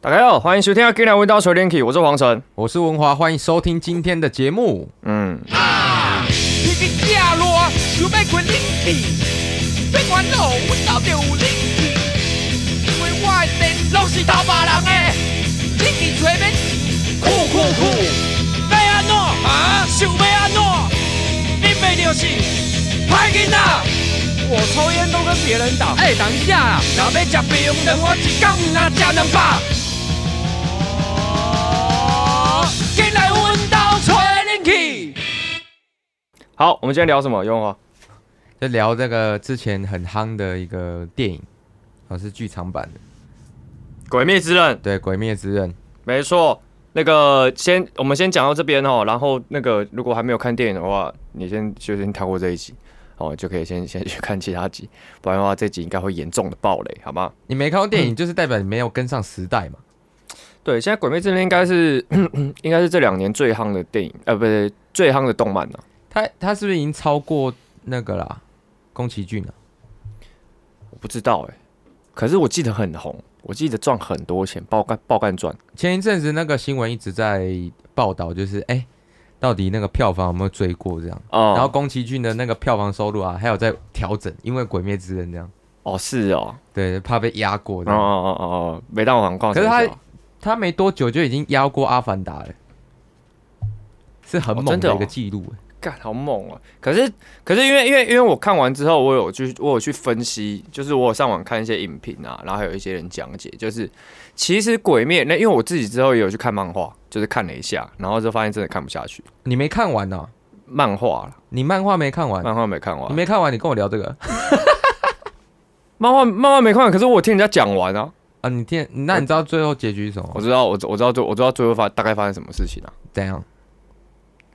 大家好，欢迎收听《阿 Q 两文刀锤 Linky》，我是黄晨。我是文华，欢迎收听今天的节目。嗯，天气正热，想要开冷气，别烦恼，阮家就有冷气。因为我的电拢是偷别人的，冷气吹免钱，酷酷酷！要安怎啊？想要安怎？你袂就是歹囡仔。我抽烟都跟别人打。哎、等一下啦，若要食冰糖，我一工若食两百。哦，进来阮家吹冷气。好，我们今天聊什么？永哦华，在聊这个之前很夯的一个电影，哦，是剧场版的， 《鬼灭之刃》对，《鬼灭之刃》。没错。那个先，我们先讲到这边哦。然后那个，如果还没有看电影的话，你先就先跳过这一集，哦，就可以先先去看其他集，不然的话这集应该会严重的暴雷，好吗？你没看过电影，就是代表你没有跟上时代嘛。对，现在《鬼灭之刃》应该是 应该是这两年最夯的电影，呃，不对，最夯的动漫啊了、他他是不是已经超过那个啦？宫崎骏啊了？我不知道哎、可是我记得很红，我记得赚很多钱，爆干爆干赚。前一阵子那个新闻一直在报道，就是哎、到底那个票房有没有追过这样？哦，然后宫崎骏的那个票房收入啊，还有在调整，因为《鬼灭之刃》这样，哦是哦，对，怕被压过这哦哦样。哦哦哦，没到广告。可是他真哦他没多久就已经压过《阿凡达》了，是很哦猛真的的哦一个记录、欸干好猛啊！可是可是因为因为因为我看完之后，我有去我有去分析，就是我有上网看一些影评啊，然后还有一些人讲解，就是其实《鬼灭》那因为我自己之后也有去看漫画，就是看了一下，然后就发现真的看不下去，你没看完呢、哦漫画了，你漫画没看完？漫画没看完你，没看完，你跟我聊 这个漫画漫画没看完，可是我有听人家讲完啊，啊？你听，那你知道最后结局是什么我吗？知道我我知道最我知道最后发大概发生什么事情啊。怎样？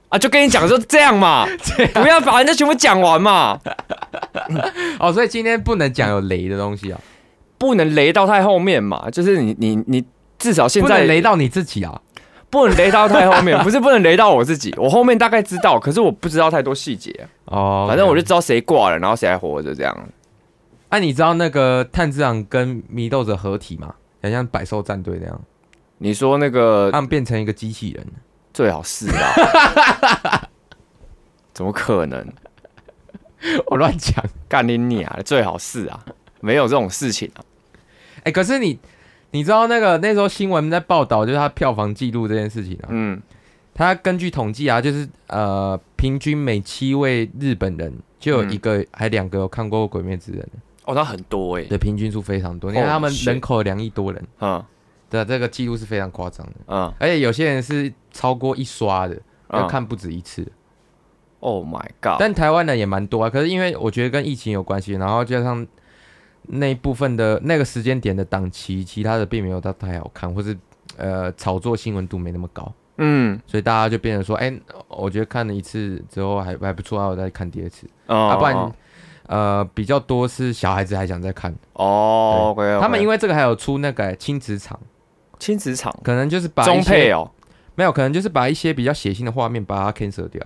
啊，就跟你讲就是 这样嘛，不要把人家全部讲完嘛，哦，所以今天不能讲有雷的东西啊，不能雷到太后面嘛，就是你你你至少现不在能雷到你自己啊。不能雷到太后 面，不是不能雷到我自己，我后面大概知道，可是我不知道太多细节，哦，反正我就 OK 知道谁挂了，然后谁还活着这样。啊，你知道那个炭治郎跟祢豆子合体吗？很像百兽战队那样，你说那个他们变成一个机 器人。最好是啊， 怎么可能？我乱讲。干你你啊，最好是啊，没有这种事情啊。 哎、可是你，你知道那个那时候新闻在报道，就是他票房记录这件事情啊。嗯，他根据统计啊，就是呃，平均每七位日本人嗯就有一个、还两个有看过《鬼灭之刃》的，哦，那很多哎、欸，对，平均数非常多。你看 Holy 他们 Oh， shit 人口两亿多人，嗯对啊，这个记录是非常夸张的。嗯而且有些人是超过一刷的，要嗯看不止一次。 ，Oh my god，但台湾人也蛮多啊，可是因为我觉得跟疫情有关系，然后加上那一部分的那个时间点的档期，其他的并没有到太好看，或是呃炒作新闻度没那么高。嗯所以大家就变成说，哎、我觉得看了一次之后还还不错，然后再看第二次。哦啊，不然呃比较多是小孩子还想再看，哦，OK，, 他们因为为这个还有出那个哎亲子场，亲子场可能就是把一中配些哦，没有，可能就是把一些比较血腥的画面把它 cancel 掉。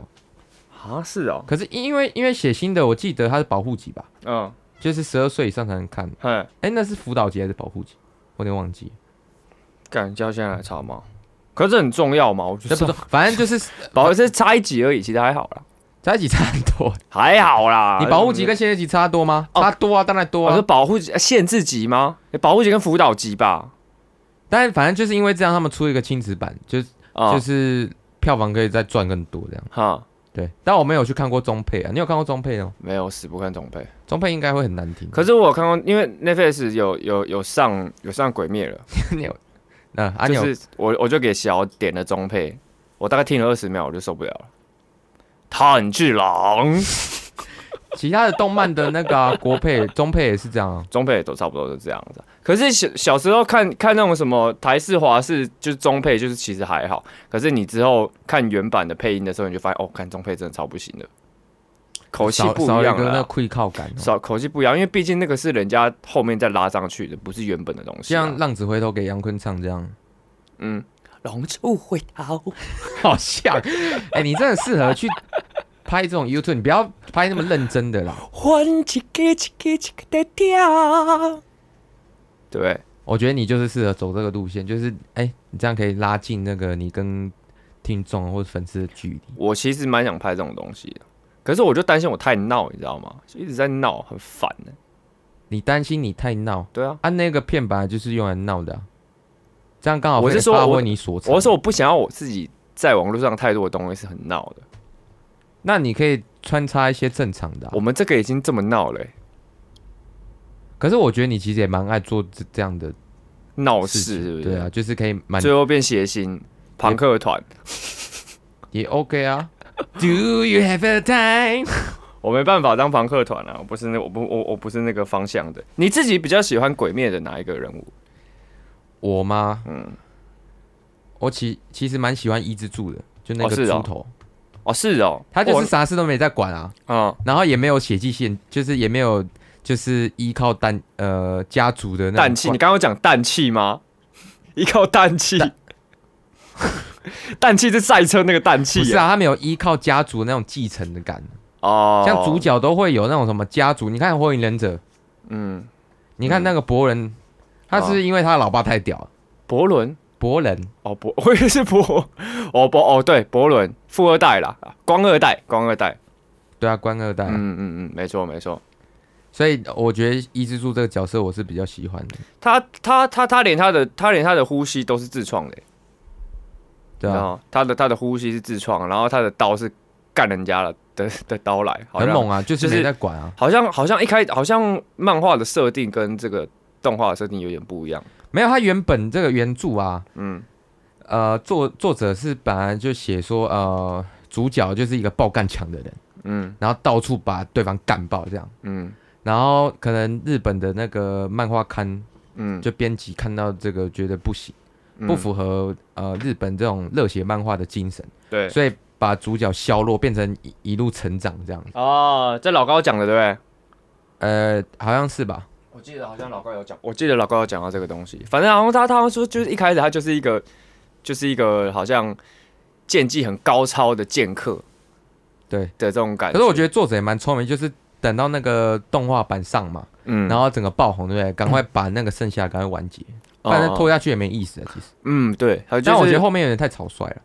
啊是哦，可是因为因为血腥的，我记得它是保护级吧，嗯，就是十二岁以上才能看。嘿，哎、那是辅导级还是保护级？我有点忘记了，干叫现在来查吗？可是这很重要嘛，我觉这得不重，反正就是保护是差一级而已，其实还好啦，在一起差很 多。还好啦。你保护级跟限制级差多吗？啊哦差多啊，当然多我啊说。保护级、呃限制级吗？你保护级跟辅导级吧。但是反正就是因为这样，他们出一个亲子版，就是。啊、就是票房可以再赚更多这样。哈，对，但我没有去看过中配啊，你有看过中配哦？没有死不看总配。中配应该会很难听。可是我有看过，因为 Netflix 有有有上有上鬼灭了，是 你有，那啊你就有，是我我就给小点了中配，我大概听了二十秒我就受不了了。炭治郎其他的动漫的那 个啊国配、中配也是这样啊。中配都差不多是这样子。可是小小时候看看那种什么台式、华式，就是中配，就是其实还好。可是你之后看原版的配音的时候，你就发现哦，看中配真的超不行的，口气少不一少了一样个了那啦个。愧靠感哦，少口气不一样，因为毕竟那个是人家后面再拉上去的，不是原本的东西、像啊。《浪子回头》给杨坤唱这样， 嗯，龙处回头。好像。 哎，你真的适合去拍这种 YouTube，你不要拍那么认真的啦。换一个一个一个的跳。对，我觉得你就是适合走这个路线，就是哎、你这样可以拉近那个你跟听众或者粉丝的距离。我其实蛮想拍这种东西的，可是我就担心我太闹，你知道吗？就一直在闹，很烦的。你担心你太闹对啊，啊，那个片本来就是用来闹的啊、这样刚好我是可以说发我挥你所长。我是说我不想要我自己在网络上太多的东西是很闹的。那你可以穿插一些正常的啊、我们这个已经这么闹了、欸可是我觉得你其实也蛮爱做这这样的闹事情，事是不是？对啊，，就是可以蛮最后变谐星朋克团，也 OK 啊。Do you have a time？我没办法当朋克团啊，我不是那我不我我不是那个方向的。你自己比较喜欢鬼灭的哪一个人物？我吗？嗯，我其其实蛮喜欢伊之助的，就那哦个是哦猪头，哦，是哦，他就是啥事都没在管啊，啊、然后也没有血迹线，就是也没有就是依靠单呃家族的那种氮气。惯你刚刚有讲氮气吗？ 依靠氮 气，氮气是赛车那个氮气不耶，是啊，他没有依靠家族那种继承的感，哦，像主，角都会有那种什么家族。你看《火影忍者》，嗯，你看那个博人，他是不是因为他老爸太屌哦了，博伦，博人哦博， 我也是博，哦博，哦对，博伦，富二代啦，光二代，光二代，对啊，官二代啊、嗯嗯嗯，没错没错。所以我觉得伊之助这个角色我是比较喜欢的，他他他他连他的他连他的呼吸都是自创的，对然啊，后他的他的呼吸是自创，然后他的刀是干人家的的的刀来，好很像猛啊，就是就是没在管啊，好像好像一开好像漫画的设定跟这个动画的设定有点不一样，没有他原本这个原著啊，嗯，呃，作作者是本来就写说，呃，主角就是一个爆干强的人，嗯然后到处把对方干爆这样，嗯然后可能日本的那个漫画刊嗯，就编辑看到这个觉得不行，嗯不符合呃日本这种热血漫画的精神，对所以把主角削弱，变成一一路成长这样，哦，这老高讲的对不对？呃，好像是吧？我记得好像老高有讲，我记得老高有讲到这个东西。反正好像他他好像说，就是一开始他就是一个，就是一个好像剑技很高超的剑客对，的这种感觉。可是我觉得作者也蛮聪明，就是等到那个动画版上嘛，嗯然后整个爆红，对不对？赶快把那个剩下的赶快完结，不然再哦拖下去也没意思啊。其实，嗯，对，还有就是但我觉得后面有点太草率了，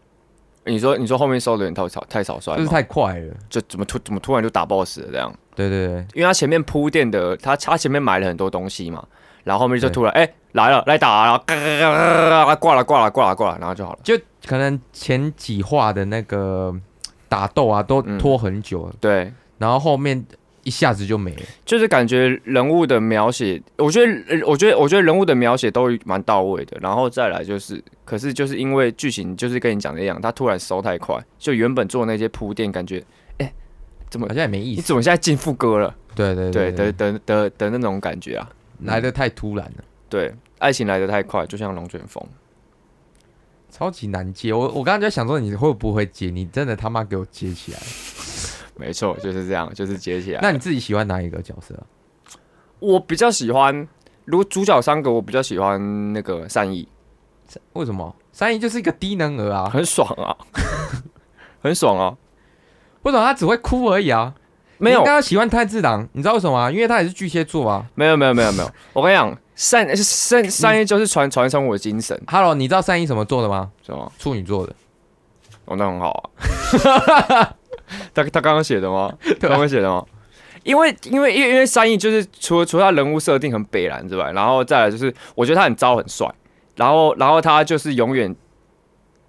你说你说后面收的人太草太草率吗，就是太快了。就怎么突怎么突然就打 boss 了这样，对对对，因为他前面铺垫的，他他前面买了很多东西嘛，然后后面就对突然哎、来了来打啊，然后嘎嘎嘎嘎嘎挂了挂了挂了挂了，然后就好了。就可能前几话的那个嗯打斗啊，都嗯拖很久，对，然后后面一下子就没了。就是感觉人物的描写，我觉得呃我觉得我觉得人物的描写都蛮到位的，然后再来就是，可是就是因为剧情就是跟你讲的一样，他突然收太快，就原本做那些铺垫，感觉哎、怎么好像也没意你思。怎么现在进副歌了？对对对的对，的的的那种感觉啊。来的太突然了，对，爱情来得太快，就像龙卷风。超级难接。我我刚刚就在想说你会不会接，你真的他妈给我接起来。没错，就是这样，就是接起来。那你自己喜欢哪一个角色啊？我比较喜欢，如果主角三个，我比较喜欢那个善意，为什么三姨就是一个低能儿啊？很爽 啊，很爽啊。为什么他只会哭而已啊？没你有刚，刚喜欢炭治郎，你知道为什么吗、因为他也是巨蟹座啊。没有，没有，没有，没有。我跟你讲，善善善意就是传传承我的精神， Hello，你知道三一什么座的吗？是吗？处女座的。哦，那很好啊。 他他刚刚写的吗？ 对刚啊刚写的吗？因为因为因为因为三亿就是除了除了他人物设定很北蓝之外，然后再来就是我觉得他很招很帅，然后然后他就是永远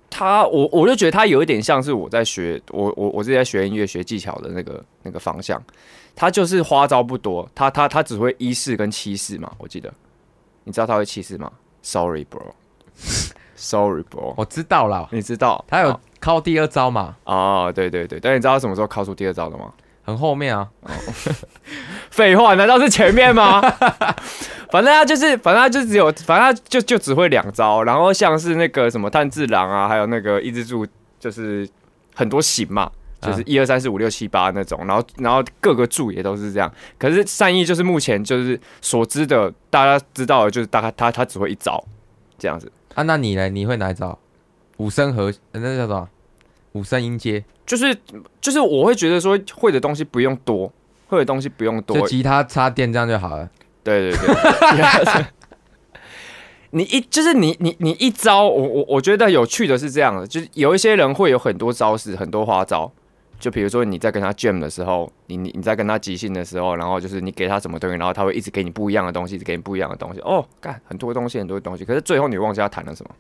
他我我就觉得他有一点像是我在学我我我自己在学音乐学技巧的那个那个方向，他就是花招不多，他他他只会一式跟七式嘛，我记得，你知道他会七式吗？Sorry bro，Sorry bro，我知道啦，你知道他有靠第二招嘛，哦，对对对，但你知道他什么时候考出第二招的吗？很后面啊。废话，难道是前面吗？ 反正他就是，反正他就只有，反正他就就只会两招，然后像是那个什么炭治郎啊，还有那个伊之助，就是很多型嘛，就是啊一二三四五六七八那种，然后然后各个柱也都是这样。可是善意就是目前就是所知的，大家知道的就是大概他他只会一招这样子，啊，那你呢？你会哪一招？五声和呃那叫什么？五声音阶，就是就是我会觉得说会的东西不用多，会的东西不用多就，吉他插电这样就好了。对对对，其他 你一就是你你你一招，我我我觉得有趣的是这样的，就是有一些人会有很多招式，很多花招。就比如说你在跟他 jam 的时候，你你你在跟他即兴的时候，然后就是你给他什么东西，然后他会一直给你不一样的东西，一直给你不一样的东西。哦，干很多东西，很多东西。可是最后你忘记他谈了什么。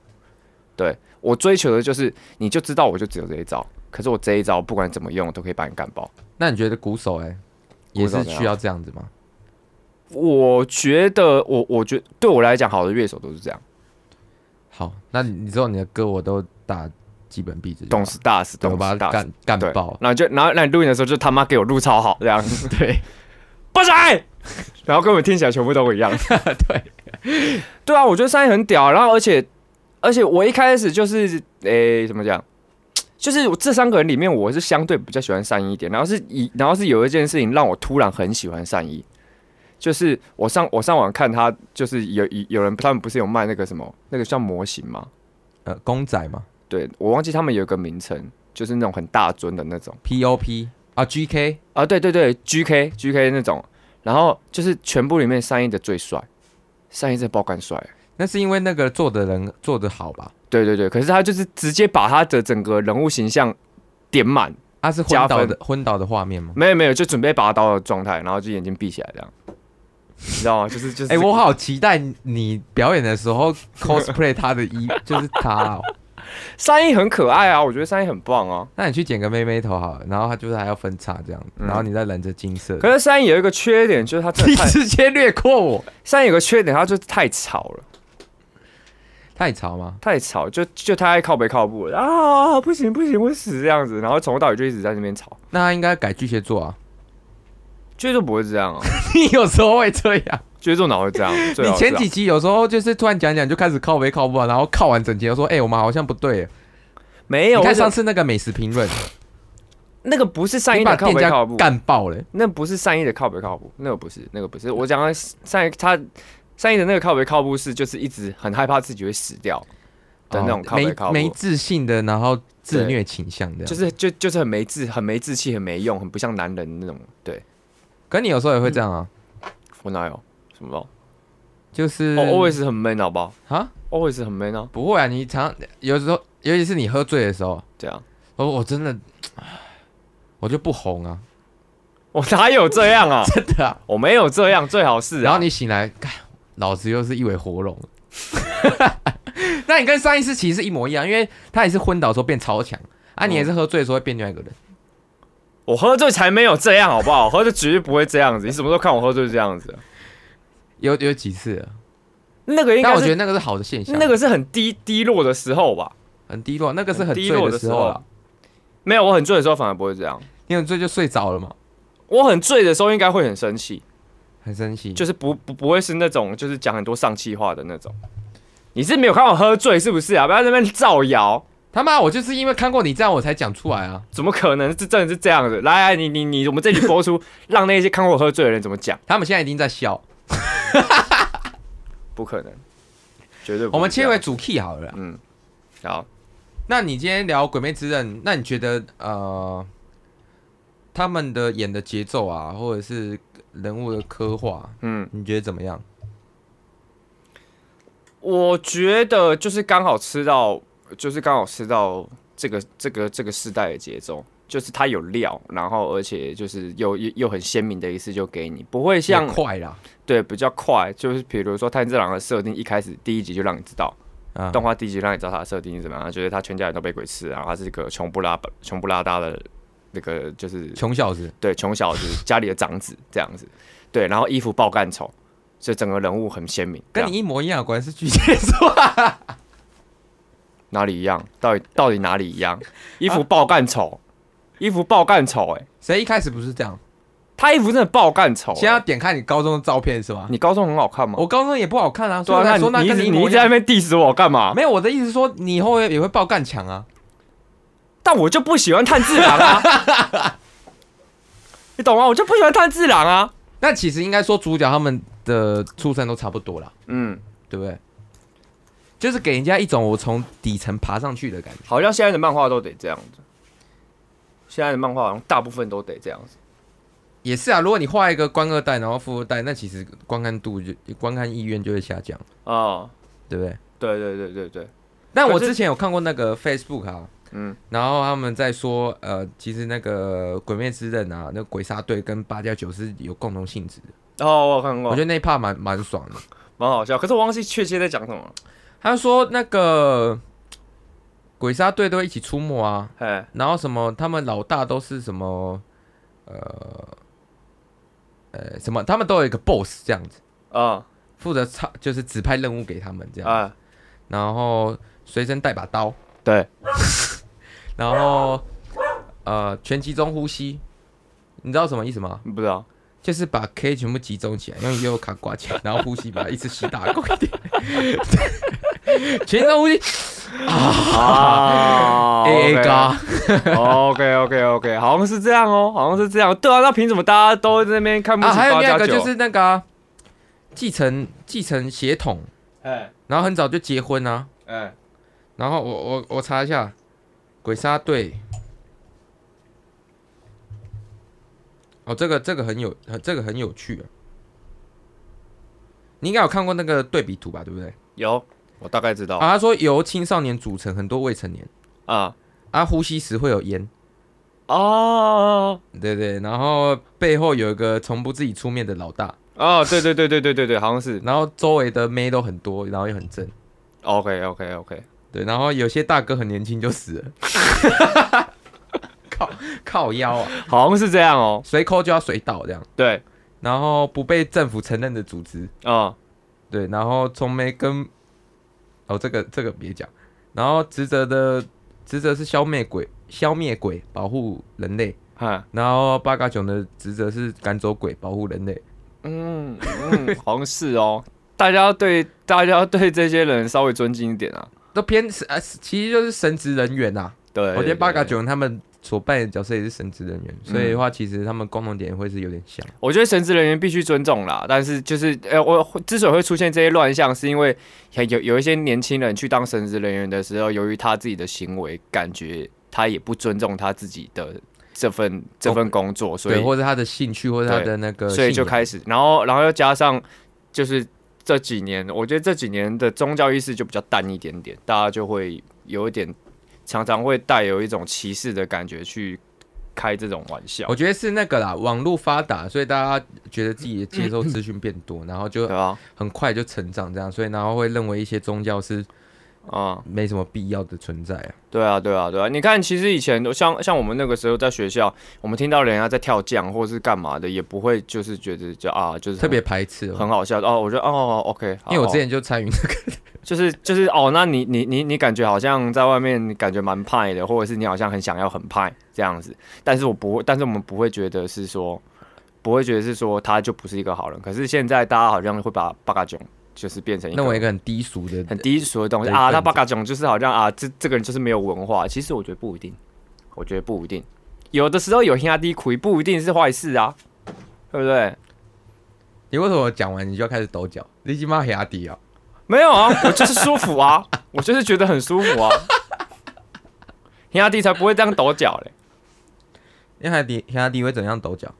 对我追求的就是，你就知道我就只有这一招，可是我这一招不管怎么用都可以把你干爆。那你觉得鼓手哎、也鼓手是怎样需要这样子吗？我觉得我我觉对我来讲，好的乐手都是这样，好，那你你知道你的歌我都打基本壁纸就好，懂事大师，对，懂我把事大它师。干干对，爆。然后就然后那你录音的时候就他妈给我录超好这样， 对，八仔， 然后根本听起来全部都 一样。对，对啊，我觉得三一很屌，然后而且而且我一开始就是诶、怎么讲？就是我这三个人里面，我是相对比较喜欢善意一点，然后是以，然后是有一件事情让我突然很喜欢善意，就是我上我上网看他，就是有有有人他们不是有卖那个什么那个叫模型吗？呃，公仔嘛对我忘记他们有一个名称，就是那种很大尊的那种。 ，POP 啊，GK 啊，对对对，GK GK 那种，然后就是全部里面三一的最帅，三一这爆肝帅。那是因为那个做的人做的好吧？对对对，可是他就是直接把他的整个人物形象点满，啊，是昏加倒分的昏倒的画面吗？没有没有，就准备拔刀的状态，然后就眼睛闭起来这样，你知道吗？就是就是， 哎、我好期待你表演的时候 cosplay 他的衣， 就是他、哦。三一很可爱啊，我觉得三一很棒啊。那你去剪个妹妹头好了，然后他就是还要分叉这样，然后你再染着金色。嗯可是三一有一个缺点，就是他真 你的太直接略过我，三一有个缺点，他就是太吵了。太吵吗？太吵，就就他爱靠北靠步了啊！不行不行，我死这样子，然后从头到尾就一直在那边吵，那他应该改巨蟹座啊。 绝对座不会这样啊， 你有时候会这样，绝对座哪会 这样？最你好是啊前这样几集有时候就是突然讲讲就开始靠背靠不，然后靠完整集又说，哎、我们好像不对。没有，我你看想上次那个美食评论，那个不是善你意把的靠店北家靠步，干爆了。哦那不是善意的靠北靠步，那个不是，那个不是。我讲的善意，他善意的那个靠北靠步是就是一直很害怕自己会死掉的那种靠北靠哦没啊没步，自信的，然后自虐倾向的。就就是，是就就是很没志、很没志气、很没用、很不像男人的那种。对可你有时候也会这样啊，我哪有什么？就是嗯哦我 always 很 man 好不好啊， ？always 很 man 啊，不会啊，你常有时候，尤其是你喝醉的时候，这样我我真的，我就不红啊， 我哦哪有这样啊？真的啊。我没有这样，最好是啊、然后你醒来，干，老子又是一尾活龙。 那你跟上一次其实是一模一样，因为他也是昏倒的时候变超强啊，你也是喝醉的时候会变另外一个人。我喝醉才没有这样好不好？ 喝醉绝对不会这样子，你什么时候看我喝醉这样子？有有几次了，那个应但该我觉得是那个是好的现象，那个是很低低落的时候吧。很低落，那个是很很低醉落的的时时候候了。没有，我很醉的时候反而不会这样。你很醉就睡着了嘛，我很醉的时候应该会很生气，很生气。就是不不不会是那种就是讲很多丧气话的那种。你是没有看我喝醉是不是啊？不要在那边造谣，他妈，我就是因为看过你这样，我才讲出来啊！怎么可能？这真的是这样子。来来，你你你，我们这集播出， 让那些看过我喝醉的人怎么讲？他们现在已经在笑。不可能，绝对不会这样。我们切回主 key 好了啦。嗯，好，那你今天聊《鬼灭之刃》，那你觉得呃，他们的演的节奏啊，或者是人物的刻画，嗯。你觉得怎么样？我觉得就是刚好吃到，就是刚好吃到这个这个这个世代的节奏，就是它有料，然后而且就是又又又很鲜明的一次就给你，不会像也快啦，对比较快，就是比如说炭治郎的设定，一开始第一集就让你知道，啊，动画第一集让你知道他的设定是怎么样，就是他全家人都被鬼吃，然后他是一个穷不拉穷不拉搭的那个就是穷小子，对，穷小子家里的长子这样子，对，然后衣服爆干丑，所以整个人物很鲜明，这跟样你一模一样，果然是巨蟹座啊。哪里一样？到底到底哪里一 样？衣服爆干丑，衣服爆干丑、欸，哎， 谁一开始不是这样？他衣服真的爆干丑、先要欸。点开你高中的照片是吗？你高中很好看吗？我高中也不好看啊，嗯对所以啊，我才说那那你跟你一直一你一模直一在那样。边 diss 我干 嘛？没有，我的意思是说，你以后也会爆干强啊。但我就不喜欢炭治郎啊， 你懂吗？我就不喜欢炭治郎啊。那其实应该说主角他们的出身都差不多啦，嗯，对不对？就是给人家一种我从底层爬上去的感觉。好像现在的漫画都得这样子，现在的漫画好像大部分都得这样子。也是啊，如果你画一个官二代，然后富二代，那其实观看度就观看意愿就会下降。哦，对不对？对对对对对，但我可是之前有看过那个 Facebook 啊，嗯，然后他们在说，呃，其实那个《鬼灭之刃》啊，那《鬼杀队》跟《八加九》是有共同性质的，哦，我有看过，我觉得得那一 part 蛮蛮爽的。蛮好笑，可是我忘记确切在讲什么了。他说那个鬼杀队都会一起出没啊，嘿，然后什么他们老大都是什么，呃，呃，什么他们都有一个 boss 这样子，啊负责操就是指派任务给他们这样，啊，然后随身带把刀，对，然后呃全集中呼吸，你知道什么意思吗？不知道，就是把 K 全部集中起来，用 U 卡挂起来，然后呼吸把它一次吸大口一点，全集中呼吸 啊 A A 哎嘎。 OK OK OK，好像 是这样哦，好像是这样。对啊，那凭什么大家都在那边看不啊，起还有八那加个九？就是那个啊、继承继承血统，哎然后很早就结婚啊。哎，然后我我我查一下，鬼杀队。哦，这个这个很有，呃这个很有趣啊。你应该有看过那个对比图吧，对不对？有，我大概知道啊，他说由青少年组成，很多未成年，啊啊，呼吸时会有烟，哦对对，然后背后有一个从不自己出面的老大，哦，对对对对对对对，好像是。然后周围的妹都很多，然后又很正。 OK OK OK，对，然后有些大哥很年轻就死了， 靠靠腰啊，好像是这样哦。随抠就要随倒这样，对，然后不被政府承认的组织，啊对，然后从没跟，哦这个这个别讲，然后职责的职责是消灭鬼，消灭鬼保护人类，哈，然后八嘎囧的职责是赶走鬼保护人类，嗯嗯， 好像是哦。大家对大家对这些人稍微尊敬一点啊。都偏是啊，其实就是神职人员呐、啊，对，我觉得对八嘎，对囧他们所扮演的角色也是神职人员，所以的话其实他们共同点会是有点像。我觉得神职人员必须尊重啦。但是就是，呃，我之所以会出现这些乱象，是因为有有一些年轻人去当神职人员的时候，由于他自己的行为，感觉他也不尊重他自己的这份这份工作，所以哦对，或者他的兴趣，或者他的那个信仰，所以就开始，然后然后又加上就是这几年，我觉得这几年的宗教意识就比较淡一点点，大家就会有一点常常会带有一种歧视的感觉去开这种玩笑我，觉得是那个啦，网络发达，所以大家觉得自己的接受资讯变多，然后就对啊，很快就成长这样，所以然后会认为一些宗教是啊、没什么必要的存在啊。对啊，对啊，对啊！你看，其实以前都像像我们那个时候在学校，我们听到人家在跳降或是干嘛的，也不会就是觉得就啊，就是特别排斥哦，很好笑哦。我觉得哦，OK，好因为我之哦前就参与这个，就是就是哦，那你你你你感觉好像在外面你感觉蛮派的，或者是你好像很想要很派这样子，但是我不会，但是我们不会觉得是说，不会觉得是说他就不是一个好人。可是现在大家好像会把八嘎囧就是变成一认为一个个很低俗的，很低俗的东西对分啊，子他八嘎囧就是好像啊，这这个人就是没有文化。其实我觉得不一定，我觉得不一定，有的时候有压低苦不一定是坏事啊，对不对？你为什么讲完你就要开始抖脚？你鸡妈黑阿迪啊！没有啊， 我就是舒服啊， 我就是觉得很舒服啊。黑阿弟才不会这样抖脚嘞，因为黑阿迪黑阿迪会怎样抖脚？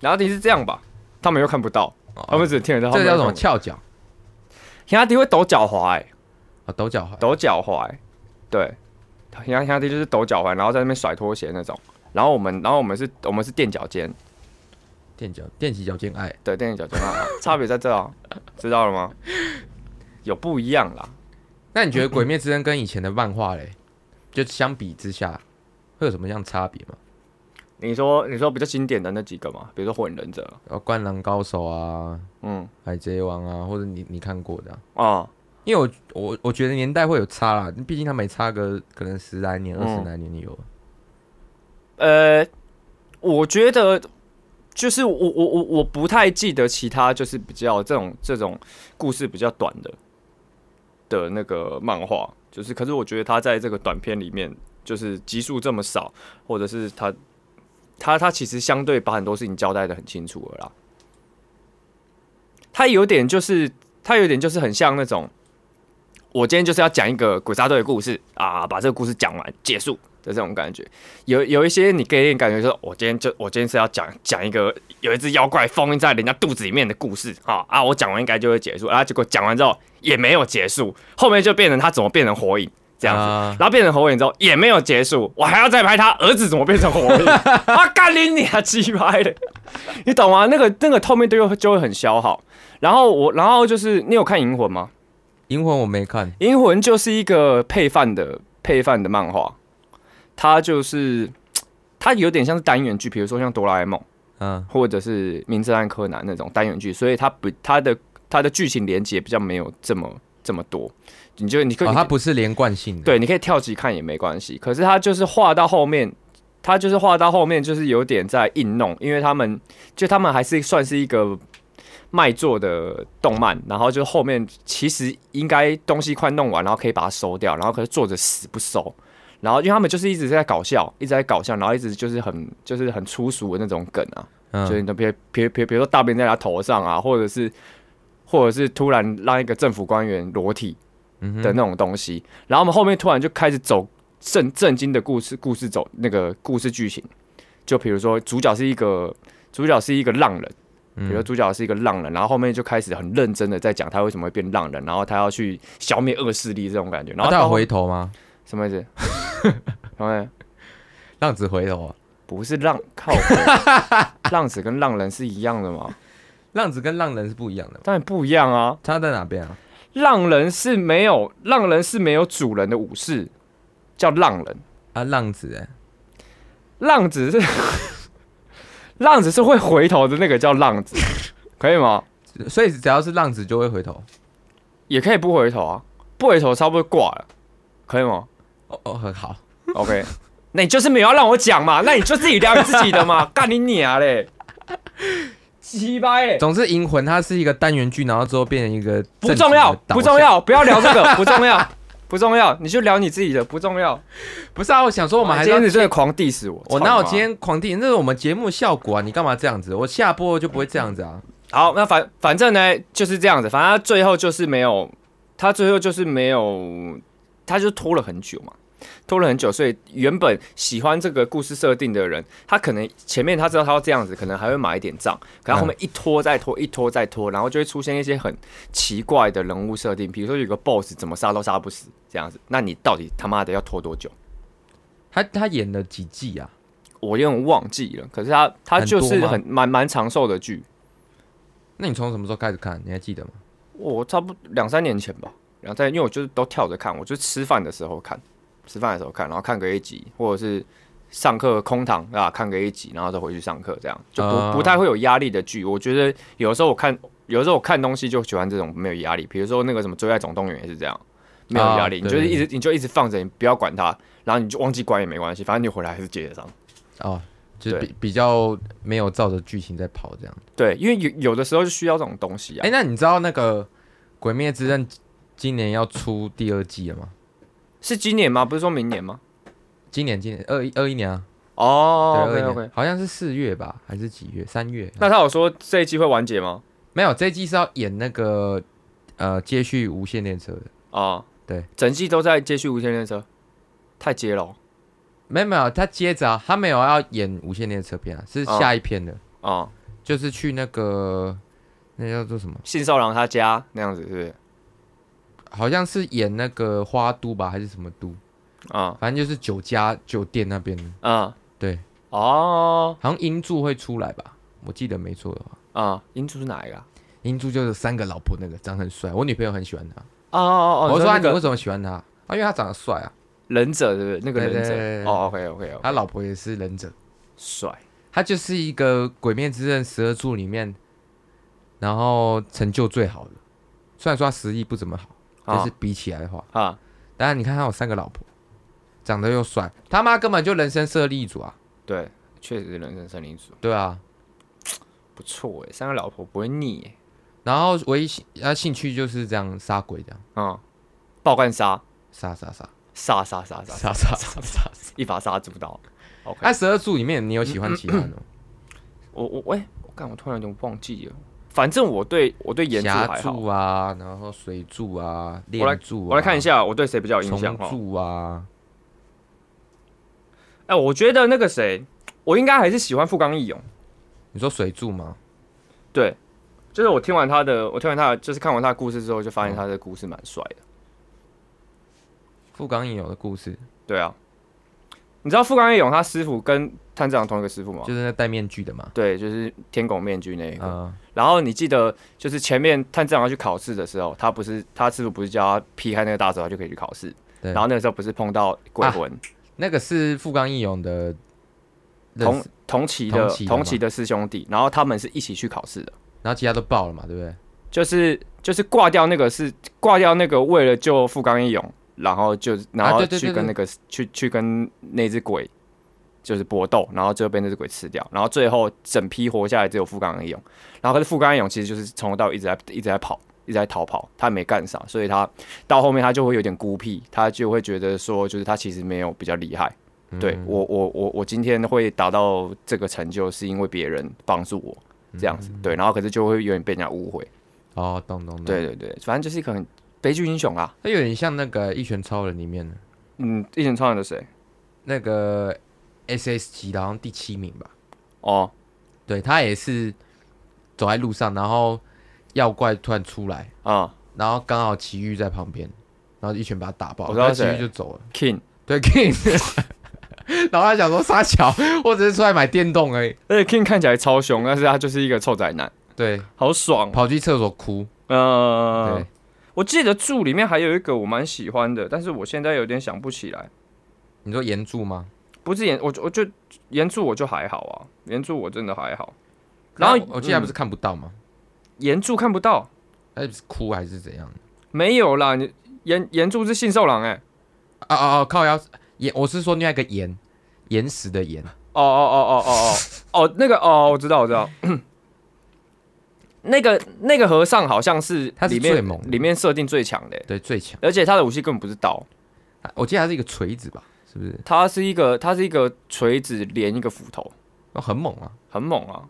然后弟是这样吧，他们又看不到，哦他们只听得到。这个叫他什们么又看不到？翘脚黑阿弟会抖脚踝、欸，啊？抖脚踝抖脚踝、对，黑阿黑阿弟就是抖脚踝，然后在那边甩拖鞋那种。然后我们，然后我们是，我们是垫脚尖，垫脚垫起脚尖哎，对，垫脚尖啊， 差别在这啊，知道了吗？有不一样啦，那你觉得《鬼灭之刃》跟以前的漫画嘞，就相比之下，会有什么样差别吗？你说，你说比较经典的那几个嘛，比如说火影忍者，呃，《灌篮高手》啊，嗯， 《海贼王》啊，或者你你看过的啊、啊、因为我我我觉得年代会有差啦，毕竟他们也差个可能十来年、嗯二十来年有。呃，我觉得就是我我我我不太记得其他就是比较这种这种故事比较短的的那个漫画，就是可是我觉得他在这个短片里面，就是集数这么少，或者是他他他其实相对把很多事情交代的很清楚了啦。他有点就是他有点就是很像那种，我今天就是要讲一个鬼杀队的故事啊，把这个故事讲完结束。的这种感觉。有有一些你给人感觉说，我今天就我今天是要讲讲一个有一只妖怪封印在人家肚子里面的故事啊啊，我讲完应该就会结束，然后啊结果讲完之后也没有结束，后面就变成他怎么变成火影这样子，啊然后变成火影之后也没有结束，我还要再拍他儿子怎么变成火影啊，干你你啊，鸡拍的，你懂吗？那个那个透明对就会很消耗。然后我，然后就是你有看《银魂》吗？银魂我没看， 《银魂》就是一个配饭的配饭的漫画，它就是它有点像是单元剧，比如说像《哆啦 A 梦》嗯或者是《名侦探柯南》那种单元剧，所以它不它的它的剧情连接比较没有这么这么多。你就你可以、哦，它不是连贯性的，，对，你可以跳级看也没关系。可是他就是画到后面，他就是画到后面就是有点在硬弄，因为他们就他们还是算是一个卖座的动漫，然后就后面其实应该东西快弄完，然后可以把它收掉，然后可是作者死不收。然后，因为他们就是一直在搞笑，一直在搞笑，然后一直就是很就是很粗俗的那种梗啊，就是嗯你都别别别，比如说大便在他头上啊，或者是或者是突然让一个政府官员裸体，嗯的哼，那种东西。然后我们后面突然就开始走正正经的故事，故事走那个故事剧情。就比如说主角是一个主角是一个浪人，比嗯如说啊主角是一个浪人，然后后面就开始很认真的在讲他为什么会变浪人，然后他要去消灭恶势力这种感觉。然那后啊他到有后回头吗？什么意 思？什么意思？浪子回头啊，不是浪靠北，浪子跟浪人是一样的吗？浪子跟浪人是不一样的嘛，当然不一样啊！差在哪边啊？浪人是没有浪人是没有主人的武士，叫浪人。啊，浪子哎，浪子是 浪子是会回头的那个叫浪 子，可以吗？所以只要是浪子就会回头。也可以不回头啊，不回头差不多挂了，可以吗哦哦，很好， ？OK，那你就是没有要让我讲嘛，那你就自己聊你自己的 嘛，干你娘嘞，鸡巴嘞！总之，《银魂》它是一个单元剧，然后之后变成一个不重要，不重要。要，不要聊这个，不重要，不重要，你就聊你自己的，不重要。不是啊，我想说我们还是今要天你真的狂 diss 我，我操哪有你妈今天狂定？那是我们节目效果啊！你干嘛这样子？我下播就不会这样子啊！好，那反反正呢就是这样子，反正他最后就是没有，他最后就是没有，他就拖了很久嘛，拖了很久，所以原本喜欢这个故事设定的人，他可能前面他知道他要这样子，可能还会买一点账，可他后面一拖再拖，一拖再拖，然后就会出现一些很奇怪的人物设定，比如说有个 BOSS 怎么杀都杀不死这样子，那你到底他妈的要拖多久？他他演了几季啊？我有点忘记了，可是他他就是很多吗很蛮蛮长寿的剧，那你从什么时候开始看？你还记得吗？我差不多两三年前吧，两三年，因为我就是都跳着看，我就吃饭的时候看，吃饭的时候看，然后看个一集，或者是上课空堂啊看个一集，然后再回去上课，这样就不、啊不太会有压力的剧。我觉得有时候我看，有时候我看东西就喜欢这种没有压力，比如说那个什么《追爱总动员》也是这样，没有压力，啊你就是对一直你就一直放着，你不要管它，然后你就忘记关也没关系，反正你回来还是接得上。哦，就是对比比较没有照着剧情在跑这样。对，因为有有的时候就需要这种东西啊。哎、那你知道那个《鬼灭之刃》今年要出第二季了吗？是今年吗？不是说明年吗？今年今年二一二一年啊，哦，OK 对，二一 OK 年。好像是四月吧，还是几月？三月？那他有说这一季会完结吗？没有，这一季是要演那个呃接续《无限列车》的。啊，对，整季都在接续无线列车，太接了哦没有没有，他接着啊，他没有要演《无限列车》片啊，是哦下一篇的。啊、就是去那个那叫做什么？信少郎他家那样子是不是？好像是演那个花都吧，还是什么都？啊、反正就是酒家酒店那边的。啊、对，哦好像英柱会出来吧？我记得没错的话，啊，银、主是哪一个啊？英柱就是三个老婆那个，长得很帅，我女朋友很喜欢他。哦哦哦，我你说、说啊、那你为个什么喜欢他？啊，因为他长得帅啊，忍者对不对？那个对对忍对对者对哦，OK OK OK，他老婆也是忍者，帅他就是一个《鬼灭之刃》十二柱里面，然后成就最好的。虽然说他实力不怎么好，但啊是比起来的话，啊，当然，你看他有三个老婆，长得又帅，他妈根本就人生胜利组啊！对，确实是人生胜利组，对啊，不错哎，三个老婆不会腻哎，然后唯一兴他兴趣就是这样杀鬼，这样嗯，爆干杀杀杀杀杀杀杀杀，杀杀杀杀。一把杀猪刀。OK，、哎那十二柱里面，你有喜欢其他嗯的吗？我我喂，我干，我突然有点忘记了，反正我对我对岩柱霞还好柱。啊，然后水柱啊，我来炼柱啊，哦啊我来看一下我对谁比较有印象虫哈。柱啊，哎、我觉得那个谁，我应该还是喜欢富冈义勇。你说水柱吗？对，就是我听完他的，我听完他的，就是看完他的故事之后，就发现他的故事蛮帅的。富冈义勇的故事，对啊，你知道富冈义勇他师傅跟炭治郎同一个师傅吗？就是那戴面具的嘛。对，就是天狗面具那一个。嗯，然后你记得，就是前面炭治郎要去考试的时候，他不是他师傅不是叫他劈开那个大手，他就可以去考试。对。啊然后那个时候不是碰到鬼魂，那个是富冈义勇的认同识，同期同的期的同嘛期的师兄弟，然后他们是一起去考试的，然后其他都爆了嘛，对不对？就是就是挂掉那个是挂掉那个为了救富冈义勇，然后就然后啊对对对去跟那个、去去跟那只鬼就是搏斗，然后最后被那只鬼吃掉，然后最后整批活下来只有富冈义勇，然后可是富冈义勇其实就是从头到尾一直在一直在跑。一直在逃跑，他没干啥，所以他到后面他就会有点孤僻，他就会觉得说，就是他其实没有比较厉害，对嗯我，我我我今天会达到这个成就，是因为别人帮助我嗯这样子，对，然后可是就会有点被人家误会，哦，懂懂懂。对，对对，反正就是一个很悲剧英雄啊，它有点像那个《一拳超人》里面的嗯，一拳超人的谁？那个 SS 级的，好像第七名吧。哦，对他也是走在路上，然后妖怪突然出来，啊、然后刚好奇遇在旁边，然后一拳把他打爆，我知道然后奇谁遇就走了。 k i n g 对 King，然后他想说傻小，我只是出来买电动而已。而且 King 看起来超凶，但是他就是一个臭宅男，对，好爽、哦。跑去厕所哭。呃对，，我记得住里面还有一个我蛮喜欢的，但是我现在有点想不起来。你说岩柱吗？不是岩，我就我就岩柱我就还好啊，岩柱我真的还好，然然后后我记得他不是看不到吗？岩柱看不到。他是哭还是怎样？没有啦，你岩岩柱是信受狼哎、啊啊啊！靠腰岩，我是说另外一个岩，岩石的岩。哦哦哦哦哦哦哦，那个哦，我知道我知道， 那个那个和尚好像是他是里面最猛的里面设定最强的欸、对，最强。而且他的武器根本不是刀，啊我记得他是一个锤子吧？是不是？他是一个他是一个锤子连一个斧头，哦很猛啊！很猛啊，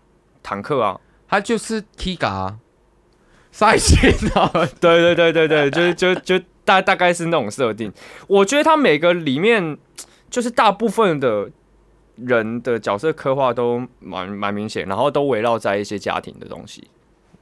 坦克啊，他就是 Kiga，啊赛线啊！ 对对对对对，就是就就大大概是那种设定。我觉得他每个里面，就是大部分的人的角色刻画都蛮蛮明显，然后都围绕在一些家庭的东西。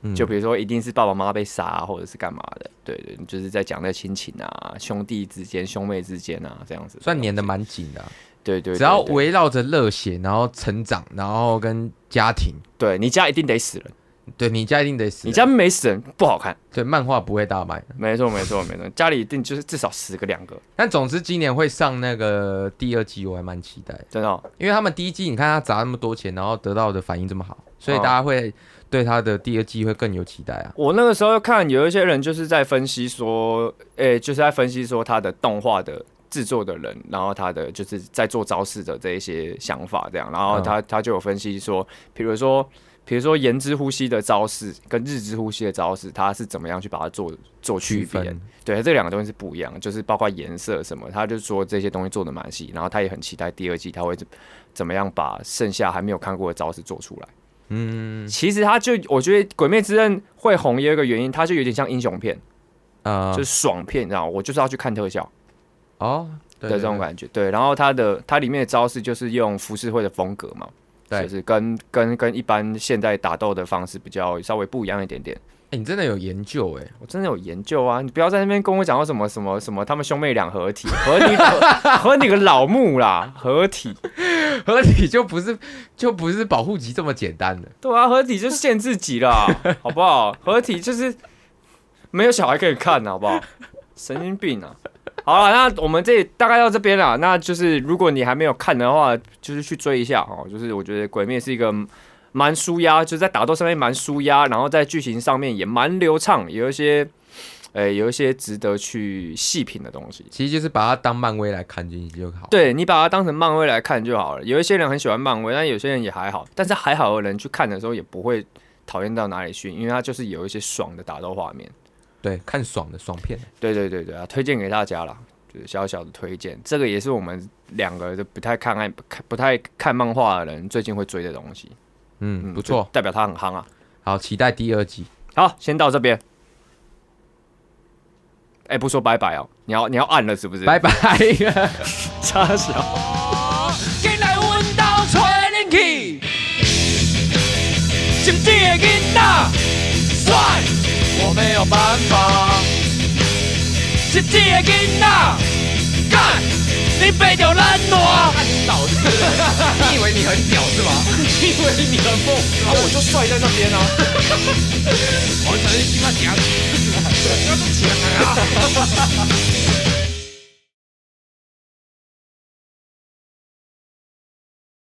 嗯就比如说，一定是爸爸妈妈被杀、啊，或者是干嘛的，对对，就是在讲在亲情啊、兄弟之间、兄妹之间啊这样子，算粘的蛮紧的啊、对对，对只要对围绕着热血，然后成长，然后跟家庭，对你家一定得死人，对你家一定得死啊。你家没死人不好看，对漫画不会大卖的，没错没错没错，家里一定就是至少死个两个，但总之今年会上那个第二季，我还蛮期待的，真的哦、因为他们第一季你看他砸那么多钱，然后得到的反应这么好，所以哦大家会对他的第二季会更有期待啊。我那个时候看有一些人就是在分析说，诶、就是在分析说他的动画的制作的人，然后他的就是在做招式的这一些想法这样，然后他、他就有分析说，比如说比如说言之呼吸的招式跟日之呼吸的招式，他是怎么样去把它做做区别？分对，这两个东西是不一样，就是包括颜色什么，他就说这些东西做的蛮细，然后他也很期待第二季他会怎怎么样把剩下还没有看过的招式做出来。嗯其实他就我觉得《鬼灭之刃》会红也有一个原因，它就有点像英雄片，啊、就是爽片，你知道吗？我就是要去看特效哦的对这种感觉。对，然后它的它里面的招式就是用浮世绘的风格嘛，对就是跟跟跟一般现代打斗的方式比较稍微不一样一点点。哎、你真的有研究哎、 我真的有研究啊，你不要在那边跟我讲到什么什么什么，他们兄妹俩合体，合你合合你个老木啦，合体。合理就不是就不是保护级这么简单的。对啊，合体就是限制级啦，好不好？合体就是没有小孩可以看，好不好？神经病啊！好了，那我们这里大概到这边啦。那就是如果你还没有看的话，就是去追一下哦。就是我觉得《鬼灭》是一个蛮舒压，就是在打斗上面蛮舒压，然后在剧情上面也蛮流畅，有一些，呃、有一些值得去细品的东西。其实就是把它当漫威来看进去就好。对你把它当成漫威来看就好了。有一些人很喜欢漫威，但有些人也还好。但是还好的人去看的时候也不会讨厌到哪里去，因为它就是有一些爽的打斗画面。对，看爽的爽片。对对对对啊，推荐给大家啦，就是小小的推荐。这个也是我们两个都不太看爱、看不太看漫画的人最近会追的东西。嗯，不错就。代表它很夯啊。好，期待第二季。好，先到这边。哎、不说拜拜哦，你要你要按了是不是？拜拜。插小。给大帅，我没有办法。这几个囡仔，干，你被着烂惰。老子， 你以为你很屌是吗？你以为你很猛？啊，我就帅在那边啊！